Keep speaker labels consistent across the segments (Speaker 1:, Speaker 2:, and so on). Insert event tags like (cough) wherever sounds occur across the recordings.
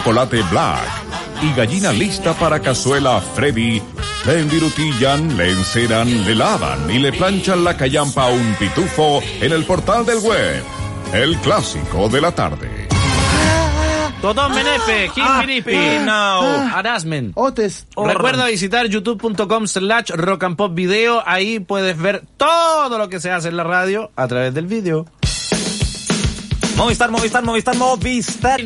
Speaker 1: chocolate black y gallina lista para cazuela Freddy, le envirutillan, le enceran, le lavan y le planchan la callampa a un pitufo en el portal del web. El clásico de la tarde.
Speaker 2: Totón Menefe, Kim Piripi, Now, Harassment.
Speaker 3: Otes.
Speaker 2: Recuerda visitar youtube.com slash rock and pop video. Ahí puedes ver todo lo que se hace en la radio a través del video.
Speaker 4: Movistar, Movistar, Movistar, Movistar.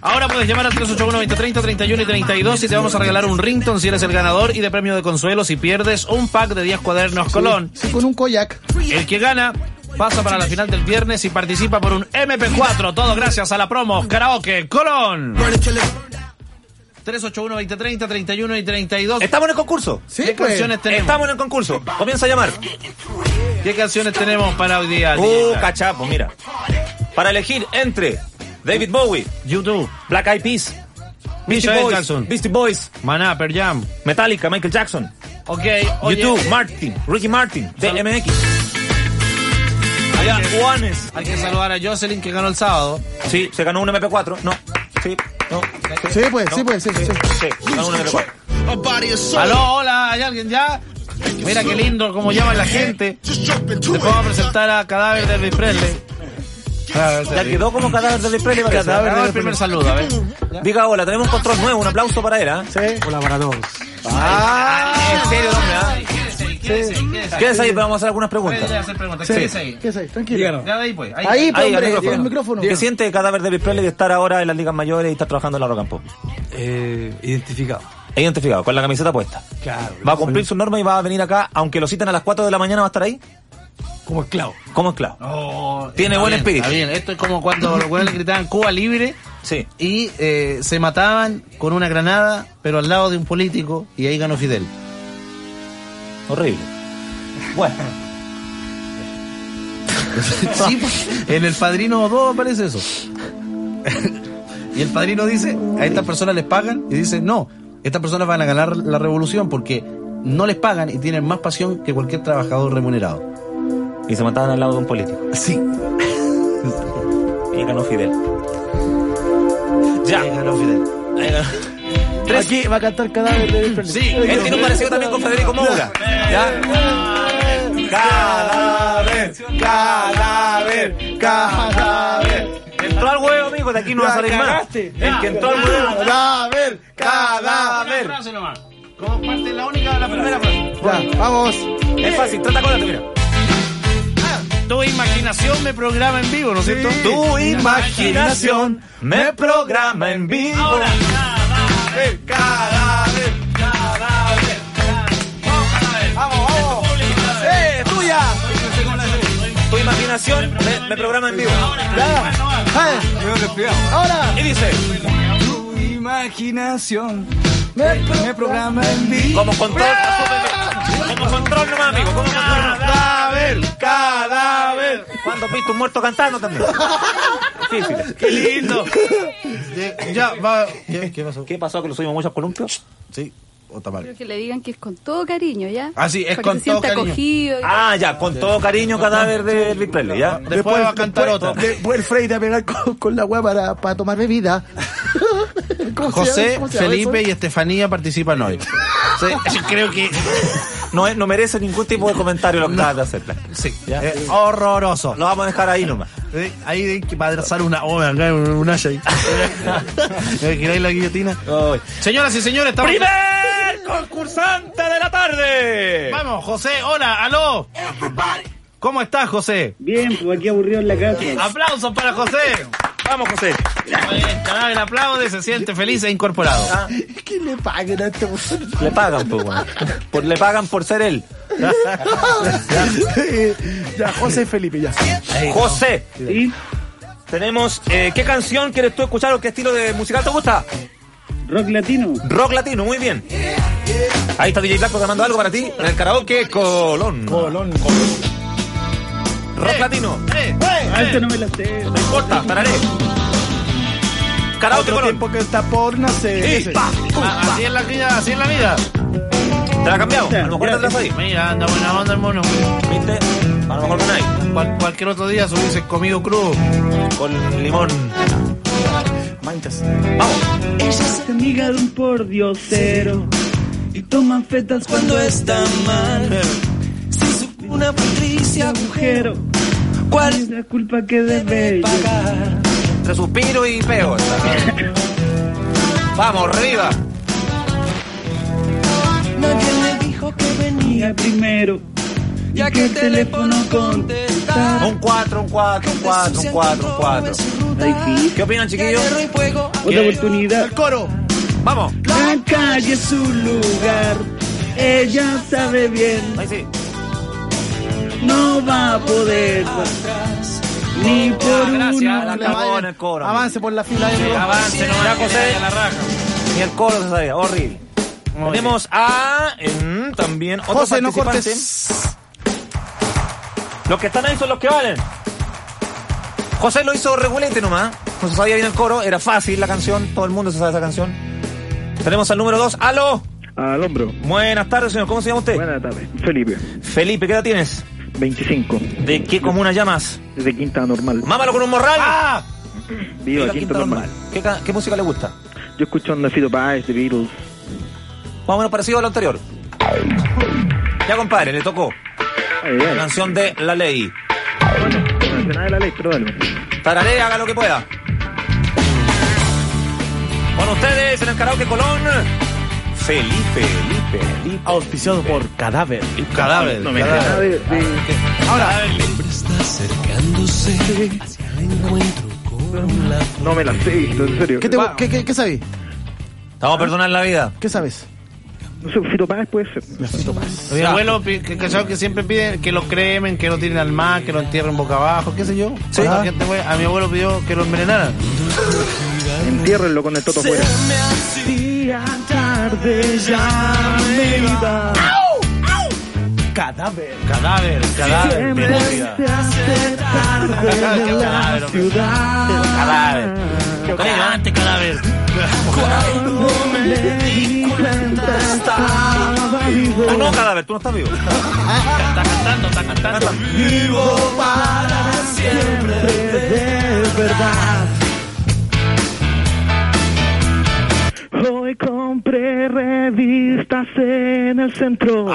Speaker 2: Ahora puedes llamar al 381 2030 31 y 32 y te vamos a regalar un rington si eres el ganador y de premio de consuelo si pierdes un pack de 10 cuadernos Colón.
Speaker 3: Sí, con un koyak.
Speaker 2: El que gana pasa para la final del viernes y participa por un MP4. Todo gracias a la promo Karaoke Colón. 381 2030 31 y 32.
Speaker 4: Estamos en el concurso.
Speaker 3: Sí,
Speaker 2: ¿Qué
Speaker 3: pues.
Speaker 2: canciones tenemos?
Speaker 4: Estamos en el concurso. Comienza a llamar.
Speaker 2: ¿Qué canciones tenemos para hoy día?
Speaker 4: Uh,
Speaker 2: Lilita?
Speaker 4: cachapo, mira. Para elegir entre David Bowie,
Speaker 2: YouTube,
Speaker 4: Black Eyed Peas, Beastie
Speaker 2: Michael
Speaker 4: Boys,
Speaker 2: Jackson.
Speaker 4: Beastie Boys,
Speaker 2: Maná, Per Jam.
Speaker 4: Metallica, Michael Jackson,
Speaker 2: Ok, oye,
Speaker 4: YouTube, Martin, Ricky Martin, DMX. Allá, Juanes.
Speaker 2: Hay que saludar a Jocelyn que ganó el sábado.
Speaker 4: Sí, se ganó un MP4. No, sí, no.
Speaker 3: Sí, pues, sí, pues, sí, sí.
Speaker 4: Sí, se ganó un MP4.
Speaker 2: Aló, hola, ¿hay alguien ya? Mira qué lindo como llama la gente. Te vamos a presentar a Cadáver de Elvis Presley.
Speaker 4: Ya quedó como cadáver de Presley. parece.
Speaker 2: Cadáver el primer saludo, a ver.
Speaker 4: Diga hola, tenemos un control nuevo, un aplauso para él, ¿ah?
Speaker 5: Hola para todos.
Speaker 4: Ah, en serio, hombre, ¿ah? Quédese ahí, pero vamos a hacer algunas
Speaker 2: Puede
Speaker 4: preguntas.
Speaker 2: hacer preguntas,
Speaker 3: Sí.
Speaker 2: quédese ahí.
Speaker 3: ¿Qué es ahí? Tranquilo.
Speaker 2: Ya de ahí, pues. Ahí.
Speaker 3: Ahí, pues,
Speaker 4: Ahí, al
Speaker 3: hombre,
Speaker 4: micrófono.
Speaker 3: el micrófono.
Speaker 4: ¿Qué siente el cadáver de Elvis Presley de estar ahora en las ligas mayores y estar trabajando en la Rock and Pop?
Speaker 5: Eh, identificado.
Speaker 4: Identificado, con la camiseta puesta.
Speaker 5: Claro.
Speaker 4: Va a cumplir su norma y va a venir acá, aunque lo citen a las 4 de la mañana, va a estar ahí
Speaker 5: Como esclavo.
Speaker 4: como esclavo.
Speaker 2: Oh,
Speaker 4: Tiene
Speaker 2: está
Speaker 4: buen
Speaker 2: bien,
Speaker 4: espíritu.
Speaker 2: Está bien, esto es como cuando los güeyes le gritaban Cuba libre.
Speaker 4: Sí.
Speaker 2: y eh, se mataban con una granada, pero al lado de un político, y ahí ganó Fidel.
Speaker 4: Horrible. Bueno,
Speaker 2: Sí, pues, en el Padrino 2 aparece eso. y el Padrino dice, a estas personas les pagan, y dice, no, estas personas van a ganar la revolución porque no les pagan y tienen más pasión que cualquier trabajador remunerado.
Speaker 4: y se mataban al lado de un político.
Speaker 2: Sí.
Speaker 4: (laughs) Y ganó Fidel. Eh, Ya.
Speaker 2: Ahí ganó Fidel.
Speaker 4: Ahí ganó.
Speaker 3: Aquí va a cantar cadáver de Elvis Presley.
Speaker 2: Sí,
Speaker 4: Él tiene un parecido también con Federico Moura. ¿Ya? Cada vez, cada vez, cada vez. Entró al huevo, amigo, de aquí no va a salir más.
Speaker 3: cagaste.
Speaker 4: El que entró al huevo. Cada vez, cada vez.
Speaker 2: Como parte la única de la primera frase.
Speaker 3: Ya, vamos.
Speaker 4: Es fácil, trata con mira.
Speaker 2: Ah. Tu imaginación me programa en vivo, ¿no es cierto?
Speaker 4: Tu imaginación me programa en vivo.
Speaker 2: Ahora,
Speaker 4: cada vez, cada vez, cada vez. Vamos, vamos. ¡Eh, tuya! Tu imaginación me, me programa en vivo.
Speaker 3: Ya. Ah,
Speaker 5: Yo te explico.
Speaker 3: Ahora.
Speaker 4: Y dice,
Speaker 5: Tu imaginación me programa en vivo.
Speaker 4: como control, como control nomás, amigo, como control. Cada vez, cada vez. ¿Cuándo has visto un muerto cantando también? Difícil.
Speaker 2: ¡Qué lindo! ya, va. ¿Qué, qué pasó?
Speaker 4: ¿Qué pasó? ¿Que lo subimos mucho al columpio?
Speaker 2: Sí, otra mal.
Speaker 6: Pero que le digan que es con todo cariño, ¿ya?
Speaker 2: Ah, sí, es
Speaker 6: Para
Speaker 2: con
Speaker 6: que se sienta
Speaker 2: todo cariño.
Speaker 6: acogido. y-
Speaker 4: Ah, ya, con todo cariño cadáver de Elvis Presley, ¿ya?
Speaker 2: Después, va a cantar
Speaker 3: después-
Speaker 2: otra.
Speaker 3: Después el Freddy te va a pegar con, con la weá para, para
Speaker 4: (laughs)
Speaker 3: tomar bebida. ¿Cómo se llama-
Speaker 2: José,
Speaker 3: cómo se llama
Speaker 2: Felipe
Speaker 3: eso?
Speaker 2: y Estefanía participan hoy. (laughs) Sí, creo que.
Speaker 4: No, es- no merece ningún tipo de comentario lo que acabas de hacer. Plan.
Speaker 2: Sí,
Speaker 4: Ya.
Speaker 2: es Eh, horroroso.
Speaker 4: Lo vamos a dejar ahí nomás.
Speaker 2: Sí, Ahí hay que pasar una obra, acá un haya (laughs) ahí. ¿Me imagináis la guillotina? Señoras y señores, estamos.
Speaker 4: ¡Primer concursante de la tarde!
Speaker 2: Vamos, José, hola, aló. ¿Cómo estás, José?
Speaker 7: Bien, pues aquí aburrido en la casa.
Speaker 2: Aplausos para José.
Speaker 4: Vamos, José.
Speaker 2: Muy bien, Cadáver aplaude, se siente feliz e incorporado.
Speaker 3: ¿Qué le pagan a este weón?
Speaker 4: Le pagan, pues, weón. Por- Le pagan por ser él.
Speaker 3: Eh, (laughs) ya, José Felipe, ya.
Speaker 4: José,
Speaker 7: ¿Sí?
Speaker 4: tenemos. eh, ¿Qué canción quieres tú escuchar o qué estilo de musical te gusta?
Speaker 7: Rock latino.
Speaker 4: Rock latino, muy bien. Ahí está DJ Black programando algo para ti en el karaoke Colón. Colón. Rock latino.
Speaker 2: Eh,
Speaker 7: Ah, esto no me la sé.
Speaker 4: No importa, pararé. Karaoke
Speaker 3: Otro
Speaker 4: Colón.
Speaker 3: tiempo que está por nacer.
Speaker 4: Y pa, pum, pa.
Speaker 2: Así es la vida, así es la vida.
Speaker 4: Te la ha cambiado. A lo mejor te la ahí.
Speaker 2: Mira, anda buena onda, hermano.
Speaker 4: ¿Viste? A lo mejor con ahí.
Speaker 2: Cual- cualquier otro día se hubiese comido crudo.
Speaker 4: Con limón. manchas. Vamos.
Speaker 7: Es amiga de un pordiosero. Y toman fetas cuando está mal.
Speaker 8: Una Patricia
Speaker 7: Agujero.
Speaker 8: ¿Cuál
Speaker 7: Es la culpa que debe pagar.
Speaker 4: Entre suspiro y peo. Vamos, arriba.
Speaker 8: nadie me dijo que venía?
Speaker 7: primero.
Speaker 8: Ya que el teléfono contesta.
Speaker 4: Un 4, un 4, un 4, un 4, un 4. ¿Qué opinan, chiquillos?
Speaker 7: Otra oportunidad.
Speaker 4: coro. Vamos.
Speaker 7: La calle es su lugar. Ella sabe bien.
Speaker 4: Ahí sí.
Speaker 7: No va a poder. Ni por
Speaker 4: gracias,
Speaker 7: una.
Speaker 4: la cagó en el coro.
Speaker 3: Avance por la fila de
Speaker 4: Sí, avance, no
Speaker 5: Ya,
Speaker 4: me
Speaker 5: José.
Speaker 4: la raja. Ni el coro se sabía, horrible. Tenemos a eh, también otro
Speaker 2: José, no
Speaker 4: participante. Los que están ahí son los que valen. José lo hizo regulete nomás. No se sabía bien el coro, era fácil la canción, todo el mundo se sabe esa canción. Tenemos al número 2, ¡Aló!
Speaker 9: Al hombro.
Speaker 4: Buenas tardes, señor. ¿Cómo se llama usted?
Speaker 9: Buenas tardes. Felipe,
Speaker 4: Felipe, ¿qué edad tienes?
Speaker 9: 25.
Speaker 4: ¿De qué comuna llamas?
Speaker 9: Desde Quinta Normal.
Speaker 4: ¡Mámalo con un morral! ¡Ah!
Speaker 9: Vivo a Quinta, Normal.
Speaker 4: ¿Qué, ca- qué música le gusta?
Speaker 9: Yo escucho a Nefito Páez, The Beatles.
Speaker 4: Más o menos parecido a lo anterior. Ya, compadre, le tocó.
Speaker 9: Ay,
Speaker 4: La
Speaker 9: ay.
Speaker 4: canción de La Ley.
Speaker 9: Bueno, no sé nada de la ley, pero dale.
Speaker 4: Tarare, haga lo que pueda. Con ustedes en el karaoke Colón, Felipe, Felipe, Felipe.
Speaker 3: Auspiciado por cadáver.
Speaker 2: Cadáver.
Speaker 9: No me sé
Speaker 2: cadáver.
Speaker 9: nada de, de-
Speaker 4: Ah,
Speaker 2: Ahora,
Speaker 8: Está acercándose hacia el encuentro con la
Speaker 9: No me la sé, visto, en serio.
Speaker 3: ¿Qué, te, qué, qué, qué sabes?
Speaker 4: Te vamos a perdonar la vida.
Speaker 3: ¿Qué sabes?
Speaker 9: No sé, Fito Páez puede ser.
Speaker 2: mi abuelo, pi- que, cachado que siempre pide que lo cremen, que lo tiren al mar, que lo entierren boca abajo, qué sé yo. Ah,
Speaker 4: Sí.
Speaker 2: Cuando la gente fue- a mi abuelo pidió que lo envenenaran.
Speaker 9: Entiérrenlo con el toto fuera.
Speaker 7: Día tarde ya me iba.
Speaker 3: Cadáver.
Speaker 2: Cadáver, cadáver,
Speaker 7: Siempre
Speaker 2: memoria.
Speaker 7: se hace tarde en la
Speaker 2: Cadáver, hombre.
Speaker 7: ciudad.
Speaker 4: Adelante, cadáver.
Speaker 7: Cuando me di cuenta estaba vivo.
Speaker 4: Tú no, cadáver, tú no estás vivo.
Speaker 5: Está cantando, está cantando.
Speaker 7: Vivo para siempre de verdad. Hoy compré revistas en el centro.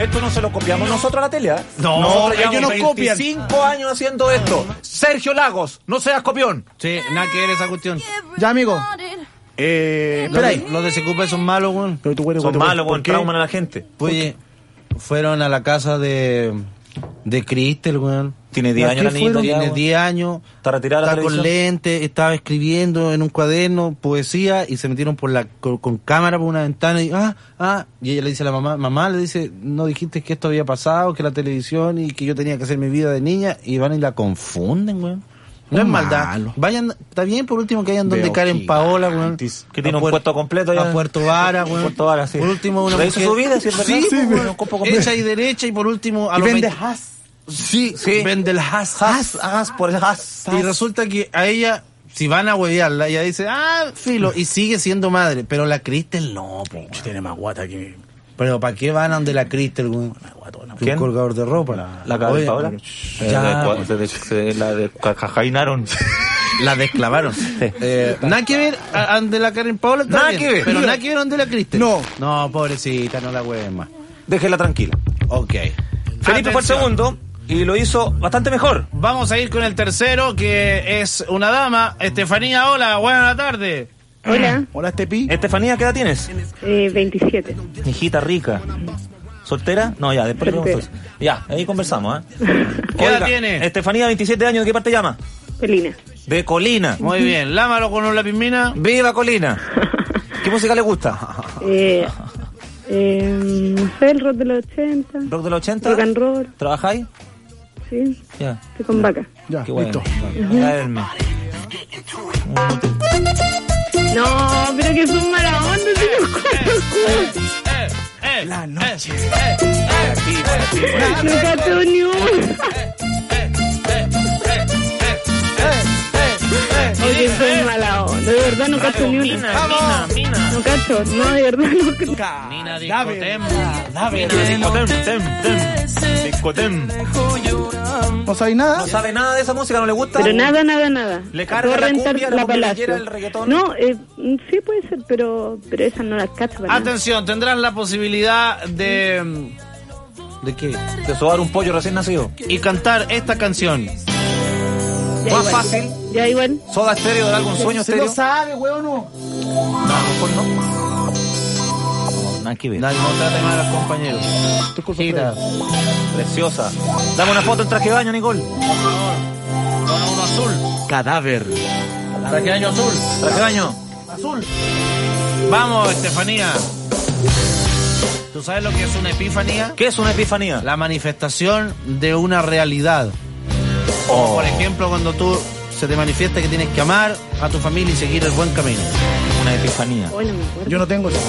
Speaker 4: Esto no se lo copiamos nosotros a la tele, ¿eh?
Speaker 2: No,
Speaker 4: Nosotros
Speaker 2: ellos
Speaker 4: llevamos
Speaker 2: nos copian.
Speaker 4: 25 años haciendo esto. Sergio Lagos, no seas copión.
Speaker 2: Sí, nada que ver esa cuestión.
Speaker 3: Ya, amigo. Eh,
Speaker 2: Los,
Speaker 3: espera
Speaker 2: de-
Speaker 3: ahí.
Speaker 2: los desocupes son malos, weón.
Speaker 3: Pero tú, güey,
Speaker 4: Son
Speaker 3: güey,
Speaker 4: malos,
Speaker 3: ¿por
Speaker 4: con
Speaker 3: qué?
Speaker 4: trauman a la gente.
Speaker 2: Oye, fueron a la casa de, de Cristel, weón.
Speaker 4: Tiene 10 años la niñita. ya,
Speaker 2: Tiene
Speaker 4: weón.
Speaker 2: 10 años.
Speaker 4: Está retirada de la
Speaker 2: Está con
Speaker 4: televisión.
Speaker 2: lentes, estaba escribiendo en un cuaderno poesía y se metieron por la con, con cámara por una ventana y ah, ah, y ella le dice a la mamá, mamá le dice, "No dijiste que esto había pasado, que la televisión y que yo tenía que hacer mi vida de niña" y van y la confunden, weón. No
Speaker 3: Qué
Speaker 2: es maldad.
Speaker 3: malo.
Speaker 2: Vayan, está bien por último que hayan donde
Speaker 3: Veo
Speaker 2: Karen Paola, weón.
Speaker 3: gigantes.
Speaker 4: Que tiene
Speaker 2: A
Speaker 4: un puesto completo ya.
Speaker 2: A Puerto Vara, weón.
Speaker 4: Puerto Vara, sí.
Speaker 2: Por último, una
Speaker 4: Rehizo su vida, sí, es verdad.
Speaker 2: Sí,
Speaker 4: Sí,
Speaker 2: weón,
Speaker 4: weón, un copo completo.
Speaker 2: Hecha y derecha y por último a
Speaker 3: Y
Speaker 2: los
Speaker 3: vende
Speaker 2: 20
Speaker 3: has.
Speaker 2: Sí,
Speaker 4: Sí.
Speaker 2: vende el has,
Speaker 4: Haz, haz, por el haz.
Speaker 2: Y resulta que a ella, si van a huevearla, ella dice, ah, filo, y sigue siendo madre. Pero la Cristel no, po.
Speaker 3: Tiene más guata que...
Speaker 2: Pero ¿para qué van a donde la Cristel, güey? Que
Speaker 4: ¿Quién?
Speaker 2: Un colgador de ropa. La,
Speaker 4: La cara de
Speaker 2: Oye,
Speaker 4: Paola.
Speaker 2: Ya,
Speaker 4: Eh, de- de- de- de- La descajainaron.
Speaker 2: (laughs) La (laughs) desclavaron. Eh, nada que ver a- a donde la Karen Paola está
Speaker 4: Nada
Speaker 2: bien,
Speaker 4: que ver.
Speaker 2: Pero nada que ver a donde la Cristel.
Speaker 3: No.
Speaker 2: No, pobrecita, no la hueven más.
Speaker 4: Déjela tranquila.
Speaker 2: Ok.
Speaker 4: Felipe fue el
Speaker 2: Atención.
Speaker 4: segundo y lo hizo bastante mejor.
Speaker 2: Vamos a ir con el tercero, que es una dama. Estefanía, hola, buena tarde.
Speaker 7: Hola,
Speaker 3: Hola,
Speaker 4: Eh,
Speaker 3: Tepi.
Speaker 4: Estefanía, ¿qué edad tienes?
Speaker 7: eh, 27.
Speaker 4: Hijita rica. ¿Soltera? No, ya, después le pregunto eso. Ya, ahí conversamos,
Speaker 7: (laughs)
Speaker 4: ¿eh?
Speaker 2: ¿Qué edad tiene?
Speaker 4: Estefanía, 27 años, ¿de qué parte llama?
Speaker 7: Pelina.
Speaker 4: De Colina.
Speaker 2: Muy bien, lámalo con un lapimina.
Speaker 4: ¡Viva
Speaker 7: (laughs)
Speaker 4: Colina! ¿Qué música le gusta? (laughs)
Speaker 7: Eh, eh, no sé, el rock de los 80.
Speaker 4: ¿Rock del 80?
Speaker 7: Rock and roll,
Speaker 4: ¿Trabajáis?
Speaker 7: sí.
Speaker 4: Ya.
Speaker 7: Estoy con vaca.
Speaker 3: Ya,
Speaker 4: Qué bueno.
Speaker 3: listo.
Speaker 4: Traerme.
Speaker 7: No, pero que son mala onda, tío.
Speaker 2: La noche.
Speaker 7: No cacho ni uno. Oye, son mala onda. verdad no cacho ni una.
Speaker 5: Mina, Mina, Mina.
Speaker 7: No cacho, no, de verdad no cacho.
Speaker 5: Mina
Speaker 4: Dame.
Speaker 5: discotem.
Speaker 4: Dame.
Speaker 5: Discotem, tem, tem. Discotem.
Speaker 3: ¿No sabéis nada?
Speaker 4: No sabe nada de esa música, no le gusta.
Speaker 7: Pero nada, nada, nada.
Speaker 4: Le carga
Speaker 7: Puedo
Speaker 4: la
Speaker 7: rentar
Speaker 4: cumbia, la cumbia
Speaker 7: Palacio.
Speaker 4: ligera, el reggaetón.
Speaker 7: No, eh, sí puede ser, pero, pero esas no las cacho. para nada.
Speaker 2: Atención, tendrán la posibilidad de mm,
Speaker 4: ¿De qué? De sobar un pollo recién nacido.
Speaker 2: y cantar esta canción.
Speaker 7: Ya
Speaker 4: Más
Speaker 7: igual.
Speaker 4: fácil.
Speaker 7: Ya igual.
Speaker 4: Soda estéreo de algún sueño
Speaker 3: Se lo
Speaker 4: estéreo.
Speaker 3: sabe, weón. no.
Speaker 4: Nada que ver.
Speaker 2: Dale, no trate mal a los compañeros. Gira.
Speaker 4: Preciosa. Dame una foto en traje de baño, Nicole.
Speaker 2: Cadáver. Traje año azul.
Speaker 4: Traje de baño.
Speaker 2: Azul. Vamos, Estefanía. ¿Tú sabes lo que es una epifanía?
Speaker 4: ¿Qué es una epifanía?
Speaker 2: La manifestación de una realidad.
Speaker 4: Oh.
Speaker 2: Por ejemplo, cuando tú se te manifiesta que tienes que amar a tu familia y seguir el buen (laughs) camino.
Speaker 4: Una epifanía.
Speaker 7: Hoy no me acuerdo.
Speaker 3: Yo no tengo eso.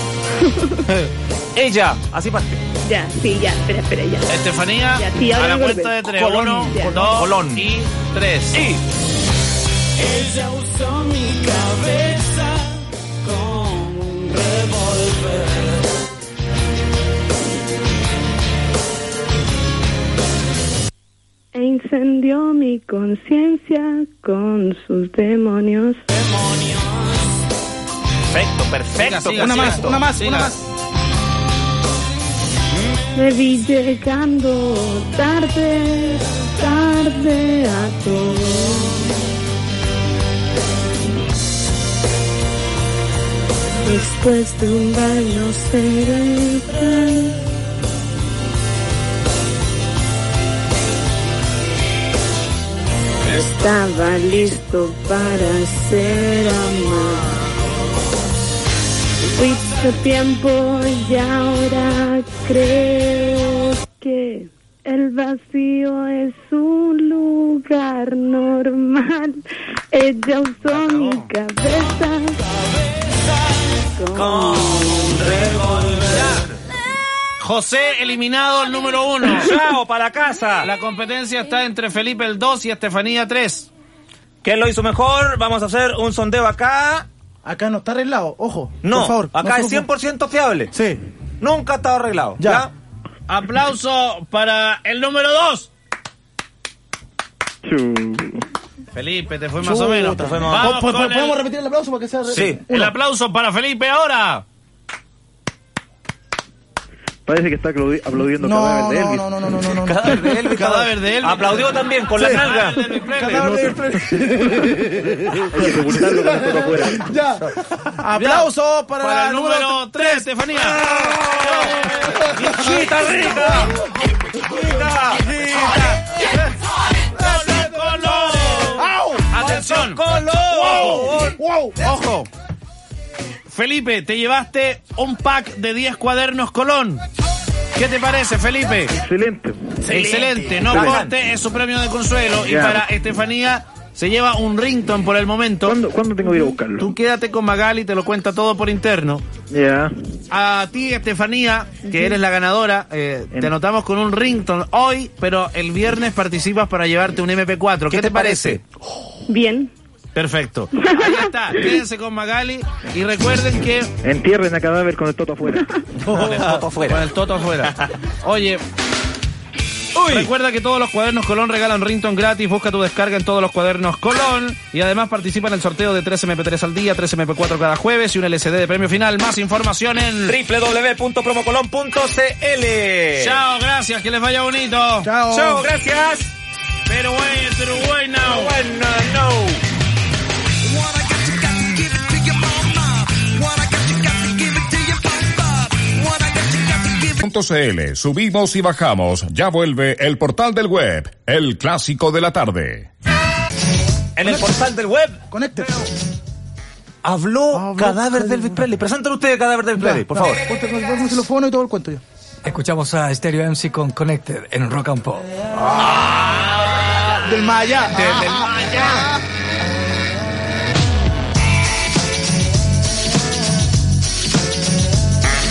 Speaker 4: Ella. Así parte.
Speaker 7: Ya, sí, ya, espera, espera, ya.
Speaker 2: Estefanía,
Speaker 7: Ya, sí, ahora
Speaker 2: a la
Speaker 7: me
Speaker 2: cuenta
Speaker 7: vuelve.
Speaker 2: de 3,
Speaker 7: Colón,
Speaker 2: 1,
Speaker 7: ya.
Speaker 2: 2
Speaker 4: Colón.
Speaker 2: y 3.
Speaker 4: Y.
Speaker 7: E incendió mi conciencia con sus demonios.
Speaker 4: Perfecto, perfecto.
Speaker 2: Siga, siga,
Speaker 4: perfecto.
Speaker 2: siga. Siga.
Speaker 7: Me vi llegando tarde, tarde a todo. Después de un baño cerebral. Estaba listo para ser amado. Mucho tiempo y ahora creo que el vacío es un lugar normal. Ella usó mi cabeza.
Speaker 2: José eliminado el número (laughs) 1.
Speaker 4: Chao, para casa.
Speaker 2: La competencia está entre Felipe el 2 y Estefanía 3.
Speaker 4: ¿Quién lo hizo mejor? Vamos a hacer un sondeo acá.
Speaker 3: Acá no está arreglado, ojo.
Speaker 4: No,
Speaker 3: por favor. no
Speaker 4: acá
Speaker 3: se
Speaker 4: es 100% fiable.
Speaker 3: Sí.
Speaker 4: Nunca ha estado arreglado.
Speaker 3: Ya.
Speaker 2: Aplauso para el número 2.
Speaker 9: Chu.
Speaker 2: Felipe, te fue más o menos.
Speaker 3: Chuta.
Speaker 4: Vamos
Speaker 3: Po- po-
Speaker 2: con el-
Speaker 3: ¿Podemos repetir el aplauso para que sea Eh,
Speaker 4: Sí.
Speaker 2: El aplauso para Felipe ahora.
Speaker 9: Parece que está aplaudi- aplaudiendo
Speaker 3: No,
Speaker 9: cadáver de
Speaker 3: no,
Speaker 9: Elvis.
Speaker 3: no, no, no, no, no, no.
Speaker 4: Cadáver de Elvis.
Speaker 2: Cadáver de Elvis.
Speaker 4: Aplaudió también con la nalga.
Speaker 3: Cadáver
Speaker 9: Hay que sepultarlo con esto para afuera.
Speaker 3: de- (laughs) Ya. Aplauso para,
Speaker 2: Para
Speaker 3: la
Speaker 2: el número 3, Estefanía.
Speaker 4: ¡Chita rica! ¡Chita! ¡Chita!
Speaker 3: ¡Au!
Speaker 2: Atención.
Speaker 4: ¡Colón!
Speaker 3: ¡Wow!
Speaker 2: Ojo. Felipe, te llevaste un pack de 10 cuadernos Colón. ¿Qué te parece, Felipe?
Speaker 9: Excelente.
Speaker 2: Excelente. No
Speaker 4: Bacán.
Speaker 2: corte, es su premio de consuelo. Y
Speaker 9: Ya.
Speaker 2: para Estefanía se lleva un rington por el momento.
Speaker 9: ¿Cuándo, ¿Cuándo tengo que ir a buscarlo?
Speaker 2: Tú quédate con Magali, te lo cuenta todo por interno.
Speaker 9: Ya.
Speaker 2: A ti, Estefanía, que eres la ganadora, eh, te anotamos con un rington hoy, pero el viernes participas para llevarte un MP4. ¿Qué, te parece?
Speaker 7: Bien.
Speaker 2: Perfecto. Ahí
Speaker 9: (laughs)
Speaker 2: está. Quédense con Magali y recuerden que
Speaker 9: Entierren a cadáver con el toto afuera.
Speaker 4: Con el toto afuera.
Speaker 2: Ah, Con el toto afuera. Oye. Recuerda que todos los cuadernos Colón regalan Rington gratis. Busca tu descarga en todos los cuadernos Colón. Y además participa en el sorteo de 3 MP3 al día, 3 MP4 cada jueves y un LCD de premio final. Más información en.
Speaker 4: www.promocolón.cl
Speaker 2: Chao, gracias, que les vaya bonito.
Speaker 3: Chao.
Speaker 4: Chao, gracias.
Speaker 2: Pero bueno, pero bueno.
Speaker 4: Bueno, no.
Speaker 1: .cl. Subimos y bajamos. Ya vuelve el portal del web, el clásico de la tarde.
Speaker 4: En el portal del web
Speaker 3: Conecte.
Speaker 4: habló,
Speaker 3: Habló
Speaker 4: Cadáver
Speaker 3: Cadáver
Speaker 4: de Elvis Presley. Preséntalo ustedes, Cadáver de Elvis Presley, por favor.
Speaker 3: Ponte con el celofano y todo el cuento yo.
Speaker 8: Escuchamos a Stereo MC con Connected en Rock and Pop.
Speaker 3: Del Maya. Ah, ah, ah.